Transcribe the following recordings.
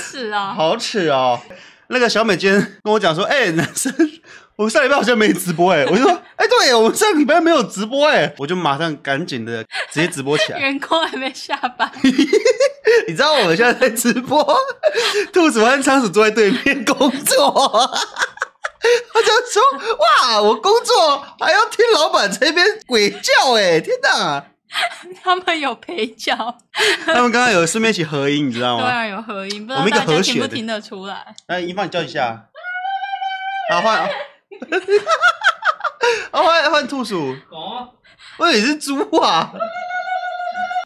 耻啊！好耻哦！那个小美今天跟我讲说，哎、男生，我上礼拜好像没直播哎、我就说，哎、对，我们上礼拜没有直播哎、我就马上赶紧的直接直播 起来。员工还没下班，你知道我们现在在直播，兔子和仓鼠坐在对面工作。 他就说：“哇，我工作还要听老板这边鬼叫哎、天哪！他们有陪教，他们刚刚有顺便一起合音，你知道对吗？啊，有合音，不知我道们一个大家和谐听不的听得出来。来，一芳，你叫一下。好换， 啊换换兔鼠，哦，喂，你是猪啊！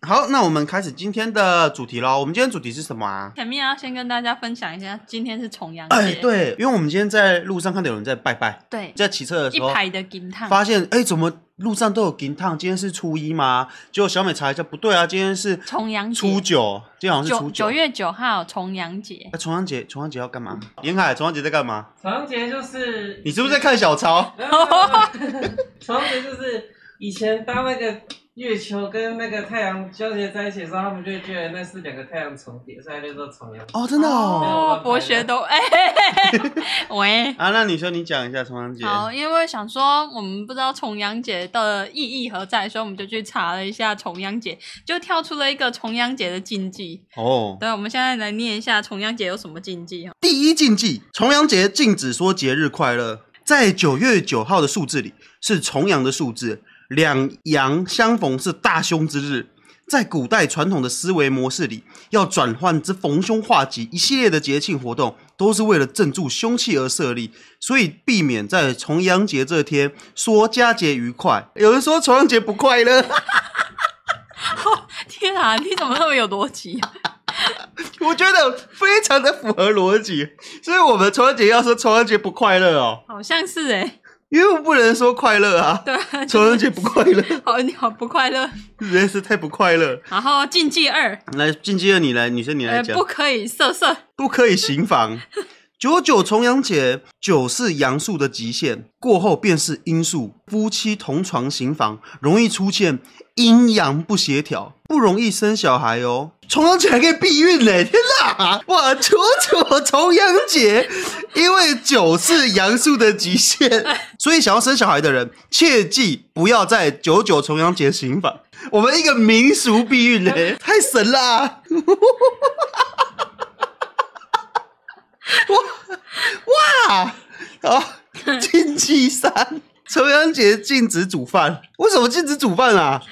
好，那我们开始今天的主题喽。我们今天主题是什么啊？前面要先跟大家分享一下，今天是重阳哎，节，对，因为我们今天在路上看到有人在拜拜，对在骑车的一时候排的金烫，发现，哎，怎么路上都有金烫？今天是初一吗？结果小美查一下，不对啊，今天是重阳节初九，今天好像是九初九。月九号重阳节，哎，重阳节，重阳节要干嘛？严海，重阳节在干嘛？重阳节就是 你是不是在看小抄？没有没有没有没有重阳节就是以前当那个月球跟那个太阳交叠在一起的时候，他们就觉得那是两个太阳重叠，所以就说重阳。哦，真的哦。哦，博学都哎、喂。啊，那你说你讲一下重阳节。好，因为想说我们不知道重阳节的意义何在，所以我们就去查了一下重阳节，就跳出了一个重阳节的禁忌。哦，对，我们现在来念一下重阳节有什么禁忌哦。 第一禁忌，重阳节禁止说节日快乐。在九月九号的数字里是重阳的数字，两阳相逢是大凶之日。在古代传统的思维模式里，要转换之逢凶化吉，一系列的节庆活动都是为了镇住凶气而设立，所以避免在重阳节这天说佳节愉快。有人说重阳节不快乐，天啊，你怎么那么有逻辑啊？ 我觉得非常的符合逻辑，所以我们重阳节要说重阳节不快乐哦，好像是哎、因为我不能说快乐啊，对啊， 重阳节不快乐，好，你好不快乐。实在是太不快乐。然后禁忌二，来，进阶的你来，女生你来呃，讲，不可以色色。不可以行房。九九重阳节，九是阳数的极限，过后便是阴数。夫妻同床行房，容易出现阴阳不协调，不容易生小孩哦。重阳节还可以避孕呢、天哪！哇，九九重阳节，因为九是阳数的极限，所以想要生小孩的人，切记不要在九九重阳节行房。我们一个民俗避孕呢、太神啊啦、 哇！哦好，禁忌三，重阳节禁止煮饭。为什么禁止煮饭啊？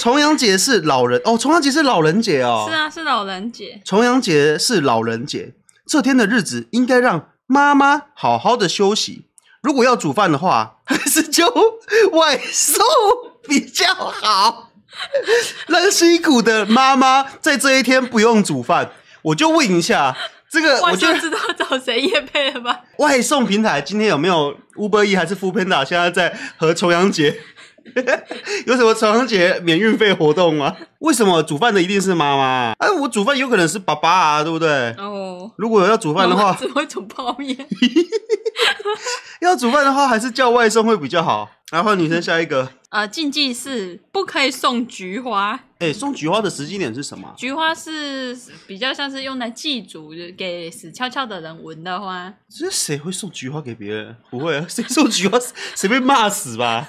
重阳节是老人哦，重阳节是老人节哦。是啊，是老人节。重阳节是老人节，这天的日子应该让妈妈好好的休息。如果要煮饭的话， 还是就外送比较好，让辛苦的妈妈在这一天不用煮饭。我就问一下，这个我呃我觉就得知道找谁夜配了 吧？外送平台今天有没有 Uber E 还是 f o o Panda 现在在和重阳节 有什么重阳节免运费活动吗？为什么煮饭的一定是妈妈？哎，我煮饭有可能是爸爸啊，对不对？哦，如果要煮饭的妈妈话，只会煮泡面。 要煮饭的话还是叫外送会比较好。然后女生下一个，呃，禁忌是不可以送菊花，哎，送菊花的时机点是什么？菊花是比较像是用来祭祖，就是给死翘翘的人闻的花。 这谁会送菊花给别人？不会啊， 谁送菊花谁被骂死吧？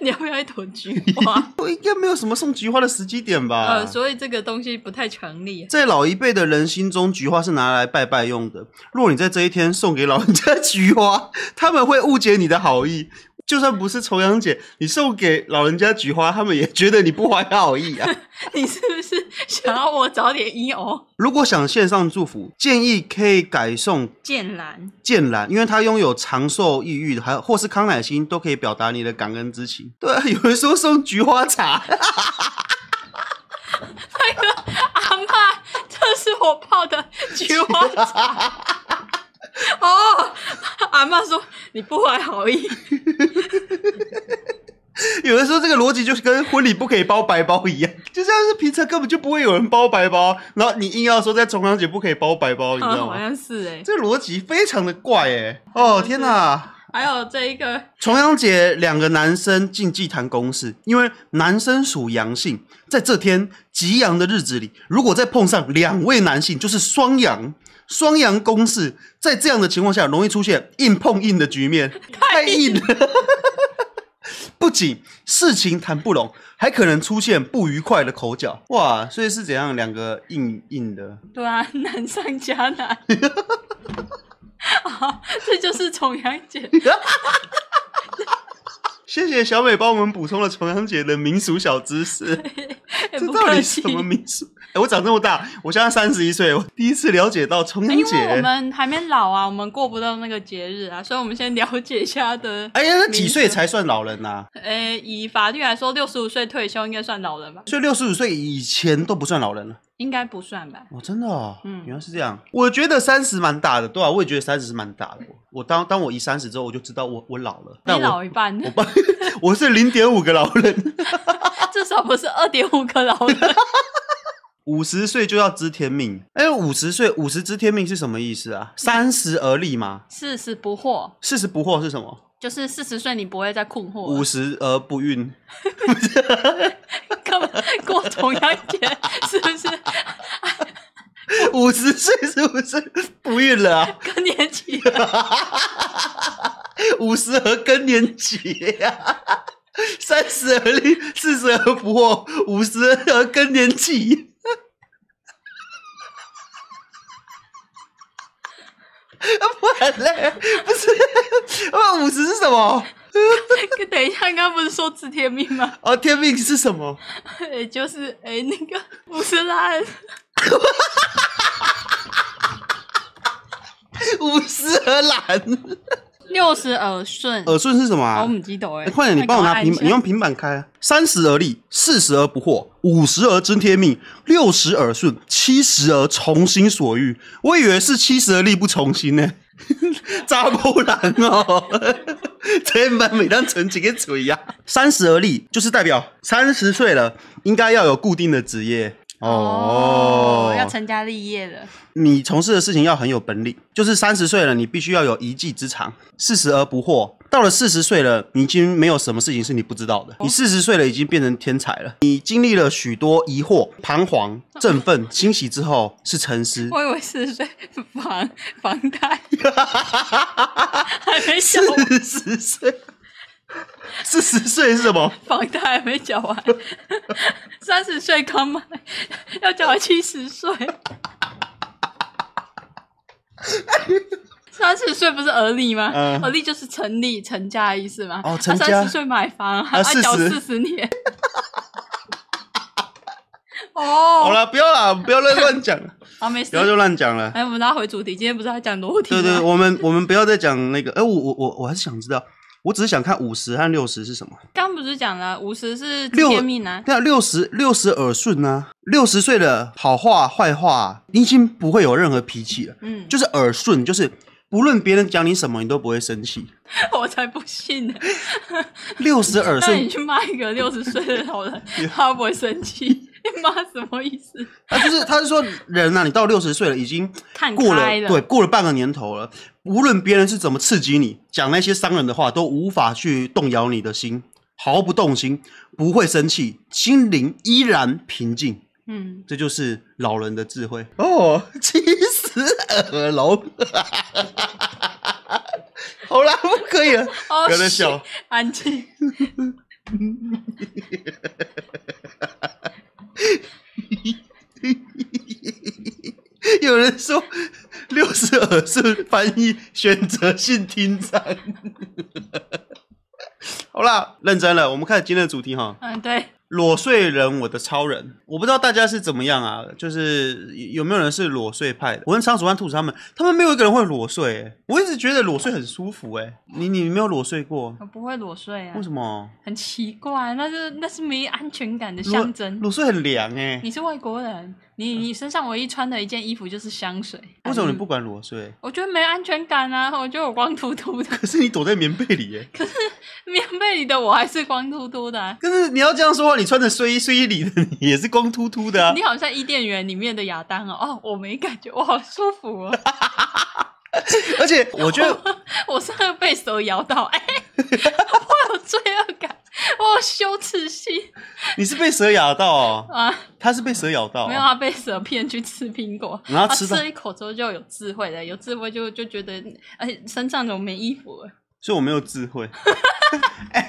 你要不要一朵菊 花？我应该没有什么送菊花的时机点吧？呃，所以这个东西不太成立。啊在老一辈的人心中，菊花是拿来拜拜用的。若你在这一天送给老人家菊花， 他们会误解你的好意。就算不是重阳节，你送给老人家菊花，他们也觉得你不怀好意啊。你是不是想要我找点一哦？如果想献上祝福，建议可以改送剑兰，剑兰，因为它拥有长寿抑郁，还有或是康乃馨，都可以表达你的感恩之情。对啊，有人说送菊花茶， 那个阿妈，这是我泡的菊花茶。 哦，阿妈说你不怀好意，哦有人说这个逻辑就是跟婚礼不可以包白包一样，就像是平常根本就不会有人包白包，然后你硬要说在重哦阳节不可以包白包，你知道啊好吗？像是哎、这逻辑非常的怪哎、哦天哪！还有这一个重阳节，两个男生进祭坛公事，因为男生属阳性，在这天极阳的日子里，如果再碰上两位男性，就是双阳。双阳公事，在这样的情况下，容易出现硬碰硬的局面， 太硬了。 不仅事情谈不拢，还可能出现不愉快的口角。哇，所以是怎样？两个硬硬的，对啊，难上加难。好，这就是重阳 节。欸谢谢小美帮我们补充了重阳节的民俗小知识。哎这不到客底气是什么民俗？哎、我长这么大，我现在三十一岁，我第一次了解到重阳因节。为我们还没老啊，我们过不到那个节日啊，所以我们先了解一下的。哎呀，那几岁才算老人呐、啊？呃，以法律来说，六十五岁退休应该算老人吧？所以六十五岁以前都不算老人了。应该不算吧？哦，真的、哦，嗯原来是这样。我觉得三十蛮大的，对啊，我也觉得三十是蛮大的。我当当我一三十之后，我就知道我我老了。你但老我一半，我 我是零点五个老人， 至少不是二点五个老人。五十岁就要知天命。哎，五十岁五十知天命是什么意思啊？三十而立吗？四十不惑，四十不惑是什么？就是四十岁你不会再困惑了五，十而不孕。干嘛过重阳节？是不是五十岁是不是不孕了、啊？更年期了？五十而更年期啊，三十而立，四十而不惑，五十而更年期。 啊不然嘞，不是，那五十是什么？等一下，刚刚不是说知天命吗？ 哦，天命是什么？也就是哎、那个五十啦，五十而懒。六哦十耳顺，耳顺是什么啊？我唔记得哎、欸快点，你帮我拿平，你用平板开、啊。三十而立，四十而不惑，五十而知天命，六十而顺，七十而从心所欲。我以为是七十而力不从心呢、 查某人哦， 这蛮每当存几个嘴呀、三十而立就是代表三十岁了，应该要有固定的职业哦哦，。要成家立业了，你从事的事情要很有本领，就是三十岁了，你必须要有一技之长，四十而不惑。到了四十岁了，你已经没有什么事情是你不知道的。你四十岁了，已经变成天才了。你经历了许多疑惑、彷徨、振奋、欣喜之后，是沉思。我以为四十岁 房房 贷还没缴，四十岁，四十岁是什么？房贷还没缴完， 三十岁刚满， 要缴到七十岁。三十岁不是而立吗？嗯而立就是成立、成家的意思吗？哦成家啊三十岁买房，还40缴四十 年。哦，好了，不要啦，不要乱乱讲，好，没事不。要就乱讲了。哎，我们拉回主题，今天不是还讲裸体吗？对对，我们我们不要再讲那个。哎、我我我我还是想知道，我只是想看五十和六十是什么。刚不是讲了五十是六天命啊？那六十六十耳顺呢、六十岁的好话坏话，你已经不会有任何脾气了，嗯，就是耳顺，就是不论别人讲你什么，你都不会生气。我才不信呢。六十耳那顺，你去骂一个六十岁的老 人，他会不会生气？你骂什么意思？他啊就是他是说人啊呐、你到六十岁了，已经看过开了对，过了半个年头了，无论别人是怎么刺激你，讲那些伤人的话，都无法去动摇你的心，毫不动心，不会生气，心灵依然平静。嗯，这就是老人的智慧哦，七十耳聋。好啦，不可以了，哦，不要再笑是， 安静。有人说六十耳是翻译选择性听障。好啦，认真了，我们看今天的主题哈。嗯，对，裸睡人，我的超人，我不知道大家是怎么样啊，就是有没有人是裸睡派的？我跟仓鼠和兔子他们，他们没有一个人会裸睡、欸，我一直觉得裸睡很舒服、欸，你你没有裸睡过？我不会裸睡啊为，什么？很奇怪，那是那是没安全感的裸象征。裸睡很凉哎、你是外国人，你你身上唯一穿的一件衣服就是香水。嗯为什么你不管裸睡？嗯我觉得没安全感啊，我觉得我光秃秃的，可是你躲在棉被里、 欸，棉被里的我还是光秃秃的啊、可是你要这样说话，你穿着睡衣，睡衣里的你也是光秃秃的啊你。好像伊甸园里面的亚当哦，哦，我没感觉，我好舒服哦。而且我觉得 我上个被被手摇到，哎、我有罪恶感，我有羞耻心你是被蛇咬到哦，啊！他是被蛇咬到、哦，没有，他被蛇骗去吃苹果，然后他吃吃到了一口之后就有智慧了，有智慧就就觉得，而且身上怎么没衣服了？ 所以我没有智慧。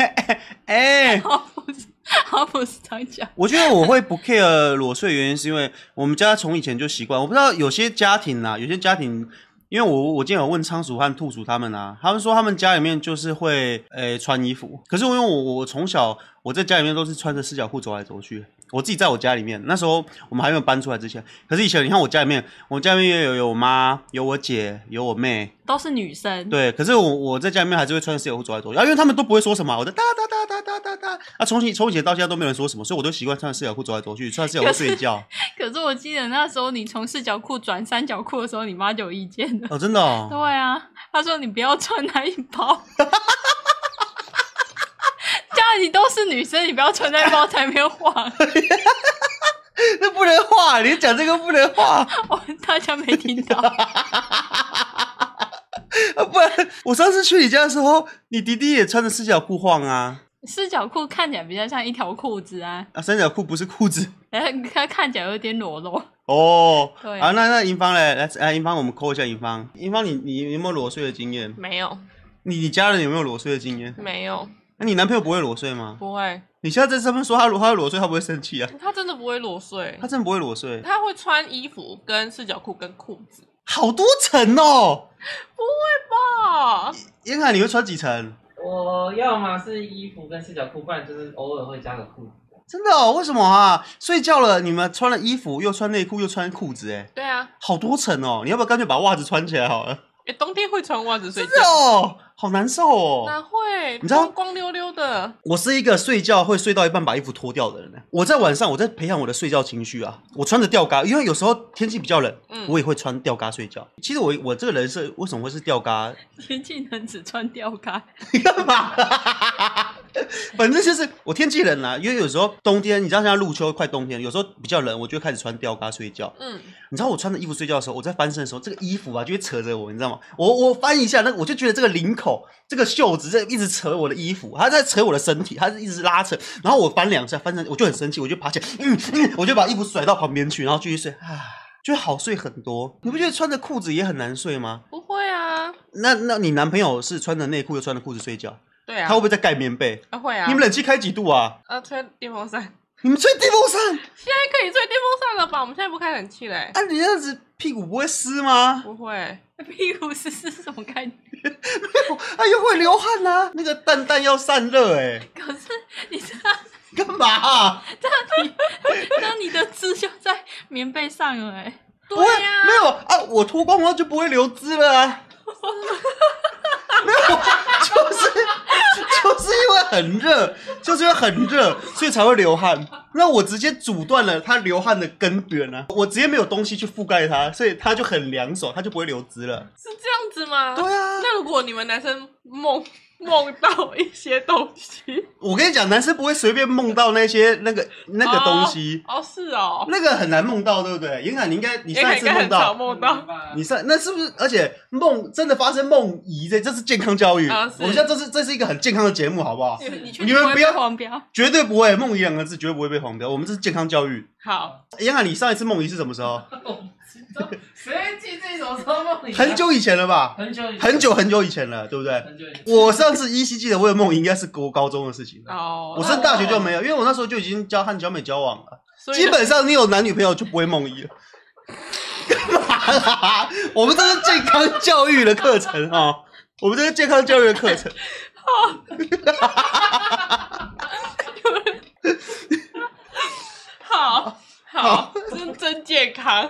哎、好不是，好不是这样讲，我觉得我会不 care 裸睡，原因是因为我们家从以前就习惯。我不知道有些家庭啊啦，有些家庭，因为我我今天有问仓鼠和兔鼠他们啊，他们说他们家里面就是会诶、穿衣服，可是我因为我我从小我在家里面都是穿着四角裤走来走去。我自己在我家里面，那时候我们还没有搬出来之前，可是以前你看我家里面，我家里面有有我妈，有我姐，有我妹，都是女生，对，可是我我在家里面还是会穿着四角裤走来走去，啊，因为他们都不会说什么，我就哒哒哒哒哒哒哒，啊，从以从以前到现在都没有人说什么，所以我都习惯穿着四角裤走来走去，穿着四角裤睡觉。可是我记得那时候你从四角裤转三角裤的时候，你妈就有意见了。哦，真的对哦，啊，她说你不要穿那一包。 家里都是女生，你不要穿那一包才没有谎。 那不能画，你讲这个不能画， 我哦大家没听到，啊不然我上次去你家的时候，你弟弟也穿着四角裤晃啊，四角裤看起来比较像一条裤子啊，啊，三角裤不是裤子然哎后它看起来有点裸露。哦。对啊，那那银芳嘞，来来，银芳，我们扣一下银芳，银芳你，你你有没有裸睡的经验？没有，你你家人有没有裸睡的经验？没有，那、你男朋友不会裸睡吗？不会，你现在在上面说他裸他裸睡，他不会生气啊？他真的不会裸睡他，真的不会裸睡，他会穿衣服跟四角裤跟裤子。好多层哦。啊，严凯，你会穿几层？我要么是衣服跟四角裤，不然就是偶尔会加个裤子。真的哦？为什么啊？睡觉了，你们穿了衣服，又穿内裤，又穿裤子，哎，对啊，好多层哦。你要不要干脆把袜子穿起来好了？诶冬天会穿袜子睡真觉的，哦，好难受哪哦。会？你知道光光溜溜的，我是一个睡觉会睡到一半把衣服脱掉的人呢。我在晚上我在培养我的睡觉情绪啊。我穿着吊嘎，因为有时候天气比较冷，嗯我也会穿吊嘎睡觉。其实我我这个人是为什么会是吊嘎天气能只穿吊嘎，你干嘛？ 反正就是我天气冷啦、因为有时候冬天，你知道现在入秋快冬天，有时候比较冷，我就会开始穿吊嘎睡觉。嗯，你知道我穿着衣服睡觉的时候，我在翻身的时候，这个衣服啊就会扯着我，你知道吗？我我翻一下，那个我就觉得这个领口、这个袖子在一直扯我的衣服，它在扯我的身体，它是一直拉扯。然后我翻两下，翻身我就很生气，我就爬起来，嗯嗯，我就把衣服甩到旁边去，然后继续睡啊，哎就好睡很多。你不觉得穿着裤子也很难睡吗？不会啊，那那你男朋友是穿着内裤又穿着裤子睡觉？对啊，他会不会在盖棉被？啊会啊，你们冷气开几度啊？啊吹电风扇，现你们吹电风扇，在可以吹电风扇了吧？我们现在不开冷气嘞，啊，你这样子屁股不会湿吗？不会， 屁股是是什么概念？哎呦，会流汗啊！那个蛋蛋要散热、 欸，可是你知道，哎，干嘛、啊？那你的痣就在棉被上了哎、欸不会，没有啊，我脱光光就不会流汁了啊。没有，就是就是因为很热，就是因为很热，所以才会流汗。那我直接阻断了它流汗的根源啊！我直接没有东西去覆盖它，所以它就很凉爽，它就不会流汁了。是这样子吗？对啊，那如果你们男生梦梦到一些 东西，我跟你讲，男生不会随便梦到那些那个那个东西，哦，是哦，那个很难梦到，对不对？严凯，你应该你你上一次梦很常到，嗯梦到，你上那是不是？而且梦真的发生梦遗这，这是健康教育。啊是我们现在这是这是一个很健康的节目，好不好？你确你定们会不要被黄标？绝对不会梦遗两个字，绝对不会被黄标。我们这是健康教育。好，严凯，你上一次梦遗是什么时候？我不知道谁会记这种超梦里啊很久以前了吧？很久以前很久很久以前了，对不对？很久以前我上次依稀记得我的梦遗应该是国高中的事情了。哦，我是大学就没有，因为我那时候就已经交和小美交往了。所以基本上你有男女朋友就不会梦遗了。 干嘛啦？我们这是健康教育的课程啊、哦，我们这是健康教育的课程。好好，真真 健康，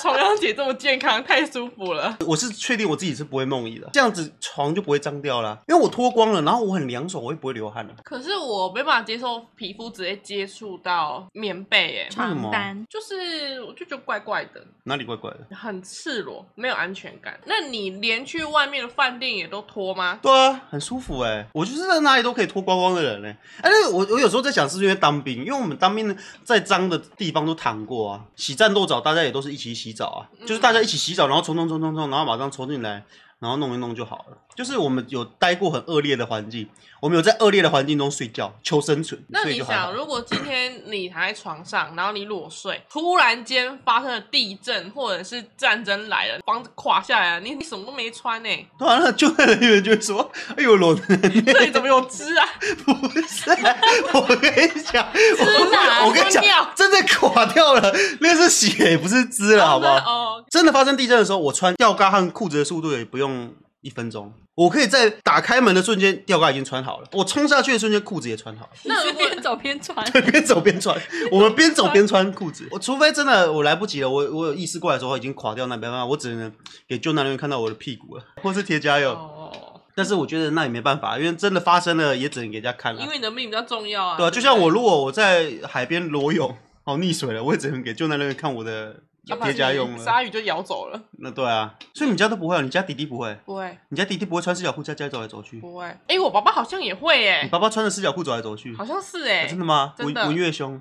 重阳姐这么健康，太舒服了。我是确定我自己是不会梦遗的，这样子床就不会脏掉啦，因为我脱光了，然后我很凉爽，我也不会流汗了。可是我没办法接受皮肤直接接触到棉被，耶，为什么床单就是我就觉得怪怪的，哪里怪怪的？很赤裸，没有安全感。那你连去外面的饭店也都脱吗？对啊，很舒服哎、我就是在哪里都可以脱光光的人嘞、哎，那我我有时候在想，是不是因为当兵？因为我们当兵在脏的地方都躺过嗯啊，洗战斗澡，大家也都是一起洗澡啊，就是大家一起洗澡，然后冲冲冲冲冲，然后马上冲进来，然后弄一弄就好了。就是我们有待过很恶劣的环境，我们有在恶劣的环境中睡觉求生存，那所以你就还好想，。如果今天你躺在床上，然后你裸睡，突然间发生了地震或者是战争来了，房子垮下来了，你你什么都没穿呢、欸对啊，那救援人员就会说：“哎呦，裸男这里怎么有汁 啊？不是，我跟你讲，汁啊我我跟你讲尿尿，真的垮掉了，那是血，不是汁了，好不好？哦，真的发生地震的时候，我穿吊嘎和裤子的速度也不用一分钟，我可以在打开门的瞬间，吊嘎已经穿好了，我冲下去的瞬间，裤子也穿好了。 那如是果边走边传，边走边穿，我们边走边穿裤子。我除非真的我来不及了，我我有意识过来的时候已经垮掉，那没办法，我只能给救难人员看到我的屁股了， 或是贴加油。 哦，但是我觉得那也没办法，因为真的发生了，也只能给人家看了因。为你的命比较重要啊。对啊，不就像我如果我在海边裸泳，哦溺水了，我也只能给救难人员看我的要不贴然家用你了。鲨鱼就咬走了。那对啊，所以你家都不会，你家弟弟不会，不会，你家弟弟不会穿四角裤在家里走来走去，不会。哎、我爸爸好像也会哎、你爸爸穿着四角裤走来走去，好像是哎、啊真的吗？真文的文月 兄，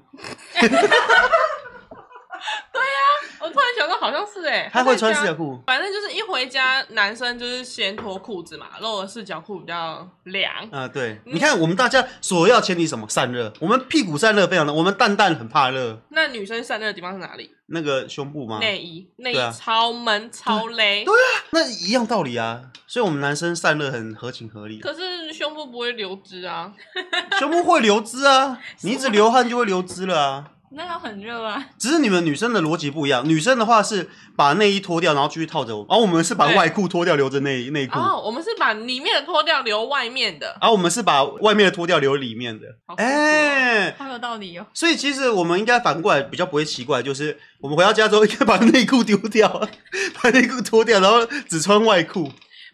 我突然想到好像是哎、他会穿在四家角裤，反正就是一回家，男生就是先脱裤子嘛，露了四角裤比较凉。啊，对，嗯你看我们大家所要前提什么散热，我们屁股散热非常的，我们蛋蛋很怕热，那女生散热的地方是哪里？那个胸部吗？内衣，内对啊衣超闷超勒。那一样道理啊，所以我们男生散热很合情合理，啊 可是胸部不会流汁啊，胸部会流汁啊，你一直流汗就会流汁了啊。 那要很热啊，只是你们女生的逻辑不一样，女生的话是把内衣脱掉，然后继续套着我，而、我们是把对外裤脱掉留着内内裤，而、哦，我们是把里面的脱掉，留外面的。我们是把外面的脱掉留里面的好。复古哦哎、好有道理哦。所以其实我们应该反过来比较不会奇怪，就是我们回到家之后应该把内裤丢掉， 把内裤脱掉，然后只穿外裤。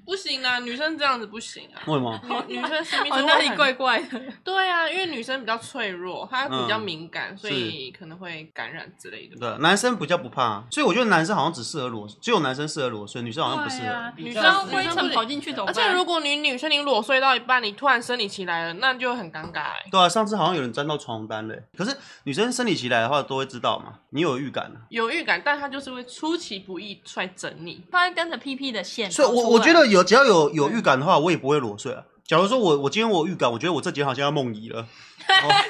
不行啊，女生这样子不行啊。为什么？女女生私密处 哦，会那里很怪怪的，对啊，因为女生比较脆弱，她比较嗯敏感，所以可能会感染之类的。对，啊男生比较不怕，啊所以我觉得男生好像只适合裸，只有男生适合裸睡，女生好像不适对合。啊比你较知道是灰尘跑进去怎么而办？且如果你女生你裸睡到一半，你突然生理期来了，那就很尴尬、欸。对啊，上次好像有人沾到床单嘞。可是女生生理期来的话，都会知道嘛，你有预感啊的、有预感，但她就是会出其不意出来整你。它会跟着屁屁的线跑所以哎出来，嗯我我觉 得有只要有有预感的话，我也不会裸睡啊。假如说我我今天我有预感，我觉得我这几天好像要梦遗了，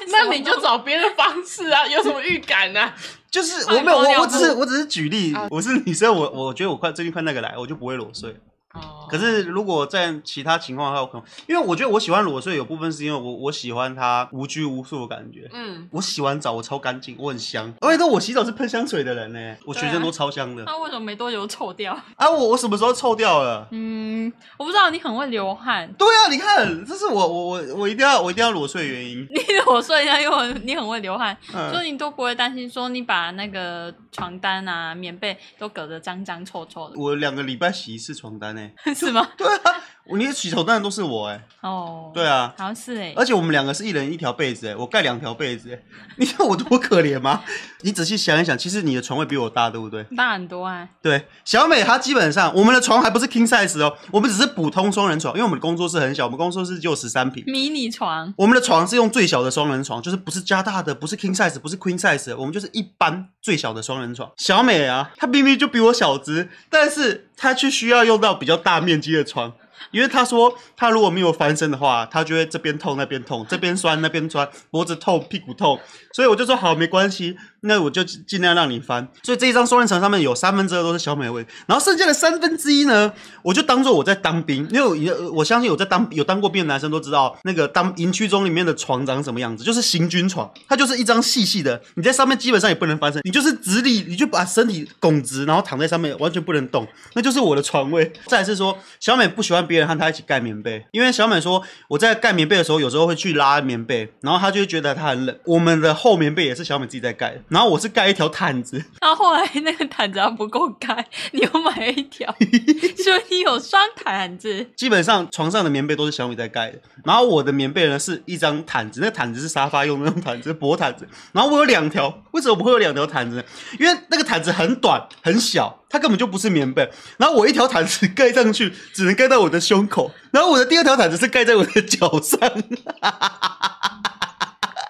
那你就找别的方式啊，有什么预感呢、啊？就是放我没有我尿布我只是我只是举例啊，我是女生，我我觉得我快最近快那个来，我就不会裸睡。 哦可是如果在其他情况的话，我可能因为我觉得我喜欢裸睡，有部分是因为我我喜欢它无拘无束的感觉。嗯，我洗完澡我超干净，我很香，而且都我洗澡是喷香水的人呢、我全身都超香的啊 啊那为什么没多久就臭掉？我我什么时候臭掉了？嗯，我不知道，你很会流汗，对啊，你看，这是我我我我一定要我一定要裸睡的原因。 你裸睡一下又很你很会流汗，所嗯，以你都不会担心说你把那个床单啊、棉被都搞得脏脏臭臭我两个礼拜洗一次床单呢、的， 是吗？对啊，我连洗头当然都是我哎、哦，对，啊。好像是哎，而且我们两个是一人一条被子、欸，我盖两条被子、欸， 你看我多可怜吗？你仔细想一想，其实你的床位比我大，对不对？大很多啊，对，小美她基本上我们的床还不是 king size 哦，我们只是普通双人床，因为我们的工作室很小，我们工作室只有十三平。迷你床，我们的床是用最小的双人床，就是不是加大的，不是 king size，不是 queen size，我们就是一般最小的双人床。小美啊，她明明就比我小只，但是她却需要用到比较大面积的床，因为她说她如果没有翻身的话，她就会这边痛那边痛，这边酸那边酸，脖子痛屁股痛。所以我就说好，没关系，那我就尽尽量让你翻。所以这一张双人床上面有三分之二都是小美的位置，然后剩下的三分之一呢，我就当做我在当兵，因为我呃我相信有在当有当过兵的男生都知道，那个当营区中里面的床长什么样子，就是行军床，它就是一张细细的，你在上面基本上也不能翻身，你就是直立，你就把身体拱直，然后躺在上面完全不能动，那就是我的床位。再来是说，小美不喜欢别人和她一起盖棉被，因为小美说我在盖棉被的时候，有时候会去拉棉被，然后她就会觉得她很冷。我们的厚棉被也是小美自己在盖的，然后我是盖一条毯子，然后后来那个毯子还不够盖，你又买了一 条，所以你有双毯子，基本上床上的棉被都是小米在盖的，然后我的棉被呢是一张毯子，那毯子是沙发用的那种毯子，薄毯子。然后我有两条，为什么我会有两条毯子呢？因为那个毯子很短很小，它根本就不是棉被。然后我一条毯子盖上去，只能盖到我的胸 口，然后我的第二条毯子是盖在我的脚上。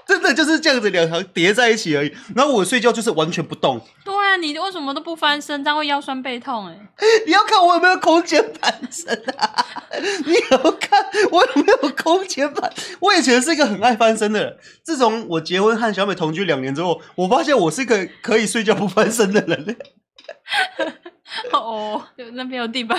真的就是这样子两行叠在一起而已。然后我睡觉就是完全不动。对啊，你为什么都不翻身？这样会腰酸背痛哎、 你要看我有没有空间盘身啊？你有看我有没有空间盘？我以前是一个很爱翻身的人，自从我结婚和小美同居两年之后，我发现我是一个可以睡觉不翻身的人。哦，有那边有地 板，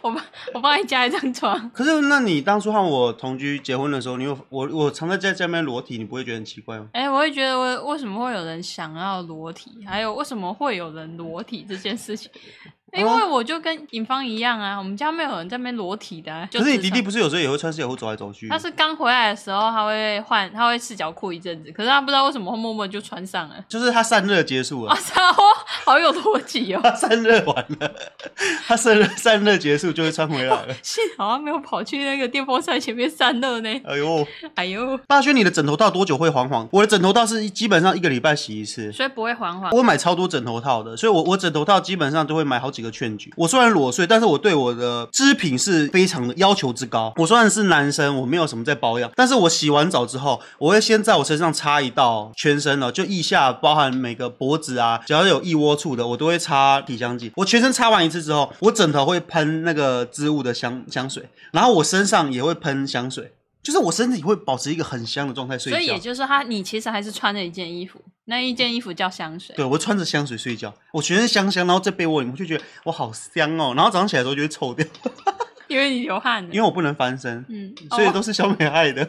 我帮我帮你加一张床。可是，那你当初和我同居结婚的时候，你有我我常在在家里面裸体，你不会觉得很奇怪吗？哎、我会觉得我为什么会有人想要裸体，还有为什么会有人裸体这件事情，哦因为我就跟尹芳一样啊，我们家没有人在那边裸体的、啊。就可是你只弟弟不是有时候也会穿丝脚裤走来走去？他是刚回来的时候，他会换，他会赤脚裤一阵子，可是他不知道为什么会默默就穿上了。就是他散热结束啊，了，然后好有逻辑哦，他散热完了，他散热散热结束就会穿回来 了。幸好他没有跑去那个电风扇前面散热呢。哎呦，哎呦，大轩，你的枕头套多久会黄黄？我的枕头套是基本上一个礼拜洗一次。所以不会缓缓。我买超多枕头套的，所以我我枕头套基本上都会买好几个劝举。我虽然裸睡，但是我对我的织品是非常的要求之高。我虽然是男生，我没有什么在保养，但是我洗完澡之后，我会先在我身上擦一道全身哦，就腋下包含每个脖子啊，只要有腋窝处的，我都会擦体香剂。我全身擦完一次之后，我枕头会喷那个织物的香香水，然后我身上也会喷香水。就是我身体会保持一个很香的状态睡觉，所以也就是说他你其实还是穿着一件衣服，那一件衣服叫香水。对，我穿着香水睡觉，我全身香香，然后在被窝里面就觉得我好香哦，然后早上起来的时候就会臭掉， 因为你流汗了。因为我不能翻身，嗯，所以哦 都是小美害的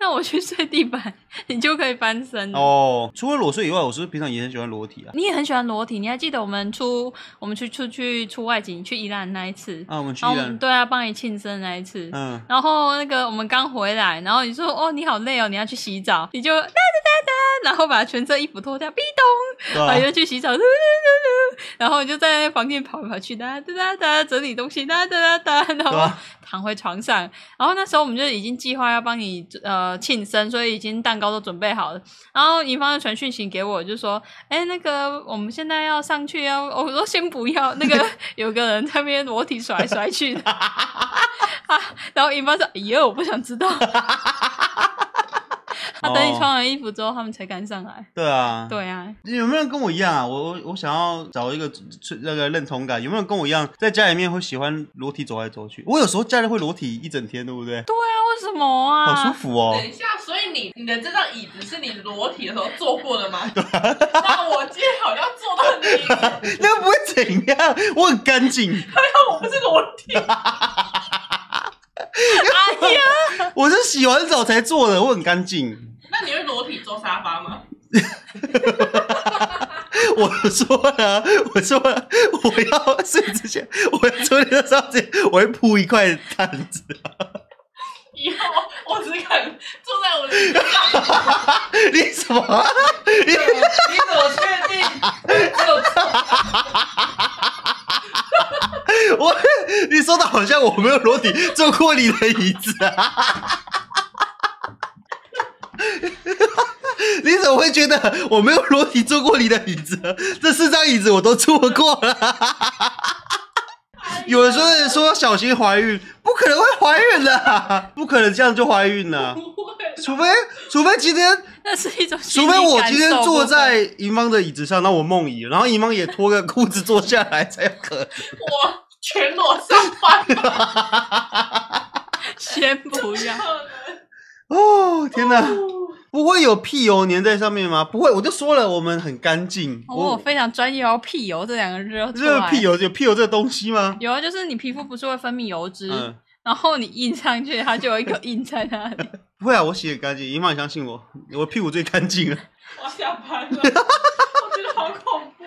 那我去睡地板，你就可以翻身了。哦。除了裸睡以外，我是不是平常也很喜欢裸体啊。你也很喜欢裸体，你还记得我们出我们去出去出外景去宜兰那一次，啊，我们去然宜后我们兰，对啊帮你庆生那一次，嗯，然后那个我们刚回来，然后你说哦你好累哦，你要去洗澡，你就哒哒哒哒，然后把全身衣服脱掉，壁咚，对然后啊，你就去洗澡，嘟嘟嘟嘟然后你就在房间跑来跑去，哒哒哒哒，整理东西，哒哒哒哒，然对后啊躺回床上。然后那时候我们就已经计划要帮你呃庆生，所以已经蛋糕都准备好了。然后银方就传讯息给我，就说：“哎，那个我们现在要上去啊。”我说：“先不要。”那个有个人在那边裸体甩来甩去的。啊、然后银方说：“哎呦，我不想知道。”他、等你穿完衣服之后，他们才敢上来。对啊，对啊，有没有人跟我一样啊？我我我想要找一个最那个认同感，有没有人跟我一样，在家里面会喜欢裸体走来走去？我有时候家里会裸体一整天，对不对？对啊，为什么啊？好舒服哦等。一下，所以你你的这张椅子是你裸体的 时候坐过 的吗？那我今天好像坐到你， 但那不会怎样，我很干净，我不是裸体，哎呀，我是洗完澡才做的，我很干净。那你会裸体坐沙发吗？我说了，我说了，我要睡之前，我要昨天的时候，我会铺一块毯子，以后我只敢坐在我的椅子上，你什么、啊？你怎么你怎么确定？只有我你说的好像我没有裸体坐过你的椅子啊！你怎么会觉得我没有裸体坐过你的椅子？这四张椅子我都坐过哎了。 有人说说小心怀孕，不可能会怀孕的啊、不可能这样就怀孕了、不会。除非除非今天那是一种心除理非感受我今天坐在部分姨妈的椅子上，让我梦遗，然后姨妈也脱个裤子坐下来才有可能。我全裸上班，先不要，哦，天哪！不会有屁油粘在上面吗？不会，我就说了，我们很干净。哦，我非常专业哦，屁油这两个字都出这个来屁油有屁油这个东西吗？有啊，就是你皮肤不是会分泌油脂，嗯，然后你印上去，它就有一个印在那里。不会啊，我洗很干净，姨妈你相信我，我屁股最干净了。 我要下班了，我觉得好恐怖。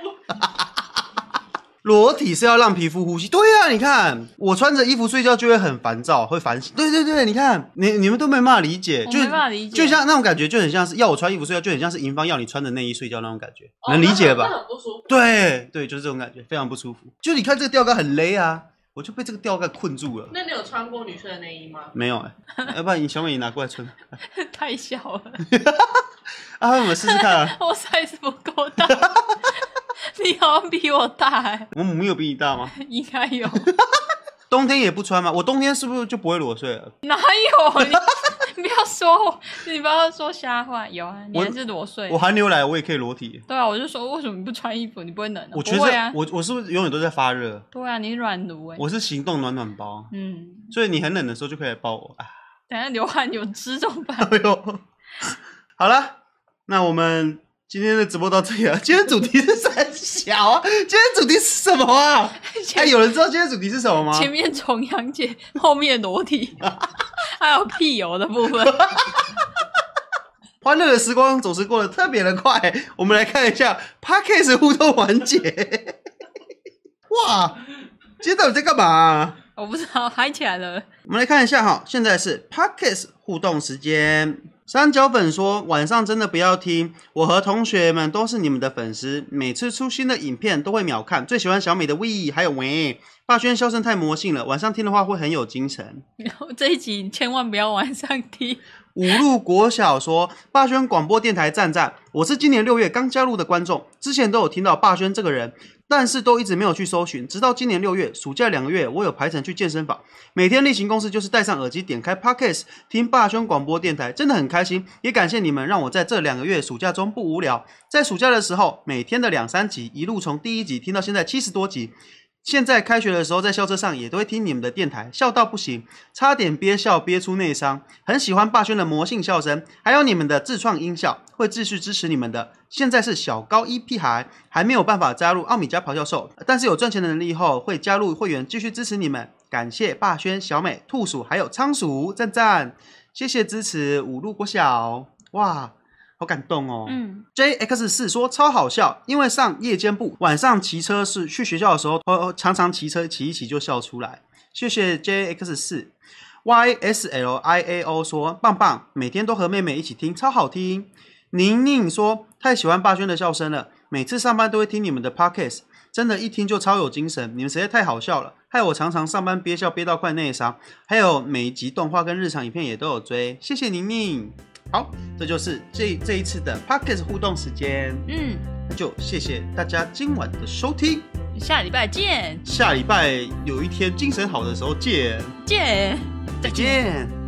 裸体是要让皮肤呼吸。对啊，你看我穿着衣服睡觉就会很烦躁，会烦醒。对对对，你看你你们都没办法理解，我就没办法理解就像那种感觉，就很像是要我穿衣服睡觉，就很像是银方要你穿着内衣睡觉那种感觉， 哦能理解吧？那很不舒服。对对，就是这种感觉，非常不舒服。就你看这个吊杆很勒啊，我就被这个吊杆困住了。 那你有穿过女生的内衣吗？没有哎、要不然你小美你拿过来穿太小了，啊，我们试试看、啊。我 size 不够 大。你好像比我大、欸，我母有比你大吗？应该有。冬天也不穿吗？我冬天是不是就不会裸睡了？哪有你？你不 要说我，你不要说瞎话。有啊，你我还是裸睡我。寒流来我也可以裸体。对啊，我就说为什么你不穿衣服？你不会冷、啊？我觉不得、会啊，我我是不是永远都在发热？对啊，你软奴哎、我是行动暖暖包，嗯，所以你很冷的时候就可以来抱我。啊 等一下流汗有吃怎么办？哎呦，好了，那我们今天的直播到这里了。今天主题是三小啊，今天主题是什么啊？哎、有人知道今天主题是什么吗？前面重阳节，后面裸体，还有屁油的部分。欢乐的时光总是过得特别的快，我们来看一下 Podcast 互动环节。哇，今天到底在干嘛啊、我不知道，嗨起来了。我们来看一下哈，现在是 Podcast 互动时间。三角粉说：“晚上真的不要听，我和同学们都是你们的粉丝，每次出新的影片都会秒看，最喜欢小美的 We，还有喂。霸轩笑声太魔性了，晚上听的话会很有精神。然后这一集千万不要往上踢。五路国小说：“霸轩广播电台赞赞，我是今年六月刚加入的观众，之前都有听到霸轩这个人，但是都一直没有去搜寻，直到今年六月暑假两个月，我有排程去健身房，每天例行公事就是戴上耳机，点开 Podcast 听霸轩广播电台，真的很开心，也感谢你们让我在这两个月暑假中不无聊，在暑假的时候每天的两三集，一路从第一集听到现在七十多集。”现在开学的时候，在校车上也都会听你们的电台，笑到不行，差点憋笑憋出内伤。很喜欢霸轩的魔性笑声，还有你们的自创音效，会继续支持你们的。现在是小高一屁孩，还没有办法加入奥米加咆哮兽，但是有赚钱的能力后，会加入会员继续支持你们。感谢霸轩、小美、兔鼠还有仓鼠，赞赞！谢谢支持五路国小，哇，好感动哦。嗯， JX 四说超好笑，因为上夜间部，晚上骑车是去学校的时候，呃，常常骑车骑一骑就笑出来。谢谢 JX 四。YSLIAO 说棒棒，每天都和妹妹一起听，超好听。宁宁说太喜欢霸轩的笑声了，每次上班都会听你们的 podcast，真的，一听就超有精神，你们实在太好笑了，害我常常上班憋笑憋到快内伤。还有每一集动画跟日常影片也都有追，谢谢宁宁。好，这就是这这一次的 p o c k e t 互动时间，嗯，那就谢谢大家今晚的收听，下礼拜见下礼拜有一天精神好的时候见，见。再见。